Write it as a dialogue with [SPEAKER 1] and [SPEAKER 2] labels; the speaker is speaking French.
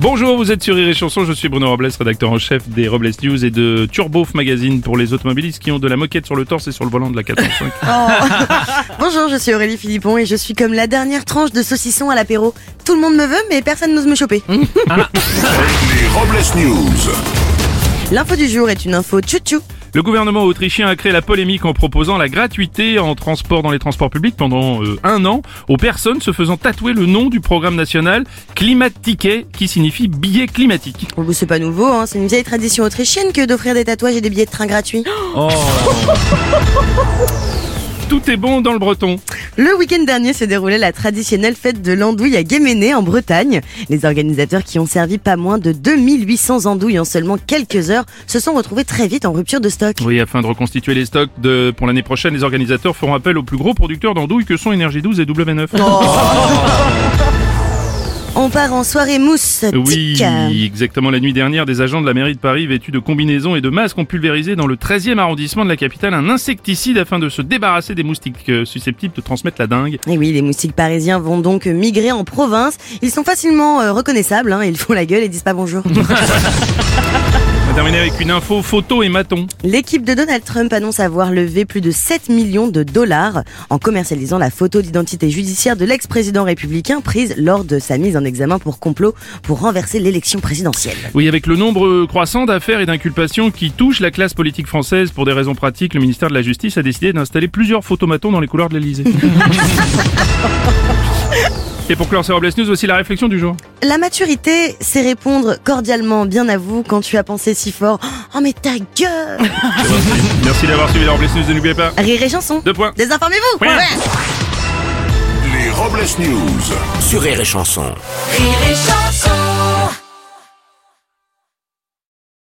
[SPEAKER 1] Bonjour, vous êtes sur Rire et Chanson, je suis Bruno Robles, rédacteur en chef des Robles News et de Turbof Magazine pour les automobilistes qui ont de la moquette sur le torse et sur le volant de la 405.
[SPEAKER 2] Bonjour, je suis Aurélie Philippon et je suis comme la dernière tranche de saucisson à l'apéro. Tout le monde me veut, mais personne n'ose me choper.
[SPEAKER 1] Mmh.
[SPEAKER 3] Les Robles News.
[SPEAKER 2] L'info du jour est une info tchou-tchou.
[SPEAKER 1] le gouvernement autrichien a créé la polémique en proposant la gratuité en transport dans les transports publics pendant euh, un an aux personnes se faisant tatouer le nom du programme national Climat Ticket qui signifie billet climatique.
[SPEAKER 2] Bon, C'est pas nouveau, hein, c'est une vieille tradition autrichienne que d'offrir des tatouages et des billets de train gratuits.
[SPEAKER 1] Tout est bon dans le breton.
[SPEAKER 2] Le week-end dernier se déroulait la traditionnelle fête de l'andouille à Guéméné en Bretagne. Les organisateurs qui ont servi pas moins de 2800 andouilles en seulement quelques heures se sont retrouvés très vite en rupture de stock.
[SPEAKER 1] Oui, afin de reconstituer les stocks de, pour l'année prochaine, les organisateurs feront appel aux plus gros producteurs d'andouilles que sont Energy 12 et W9.
[SPEAKER 2] On part en soirée mousse.
[SPEAKER 1] Oui,
[SPEAKER 2] Tic.
[SPEAKER 1] exactement. La nuit dernière, des agents de la mairie de Paris vêtus de combinaisons et de masques ont pulvérisé dans le 13e arrondissement de la capitale un insecticide afin de se débarrasser des moustiques euh, susceptibles de transmettre la dingue.
[SPEAKER 2] Et oui, les moustiques parisiens vont donc migrer en province. Ils sont facilement euh, reconnaissables, hein, ils font la gueule et disent pas bonjour.
[SPEAKER 1] On va terminer avec une info photo et maton.
[SPEAKER 2] L'équipe de Donald Trump annonce avoir levé plus de 7 millions de dollars en commercialisant la photo d'identité judiciaire de l'ex-président républicain prise lors de sa mise en examen pour complot pour renverser l'élection présidentielle.
[SPEAKER 1] Oui, avec le nombre euh, croissant d'affaires et d'inculpations qui touchent la classe politique française pour des raisons pratiques, le ministère de la Justice a décidé d'installer plusieurs photomatons dans les couloirs de l'Elysée. Et pour clore ces Robles News, voici la réflexion du jour.
[SPEAKER 2] La maturité, c'est répondre cordialement bien à vous quand tu as pensé si fort « Oh mais ta gueule
[SPEAKER 1] Merci d'avoir suivi les Robles News et n'oubliez pas... !»
[SPEAKER 2] Rire et chanson
[SPEAKER 1] Deux points.
[SPEAKER 2] Désinformez-vous
[SPEAKER 1] Ouais.
[SPEAKER 2] Ouais.
[SPEAKER 3] Les Robles News.
[SPEAKER 4] Sur Rire et Chanson.
[SPEAKER 5] Rire et chanson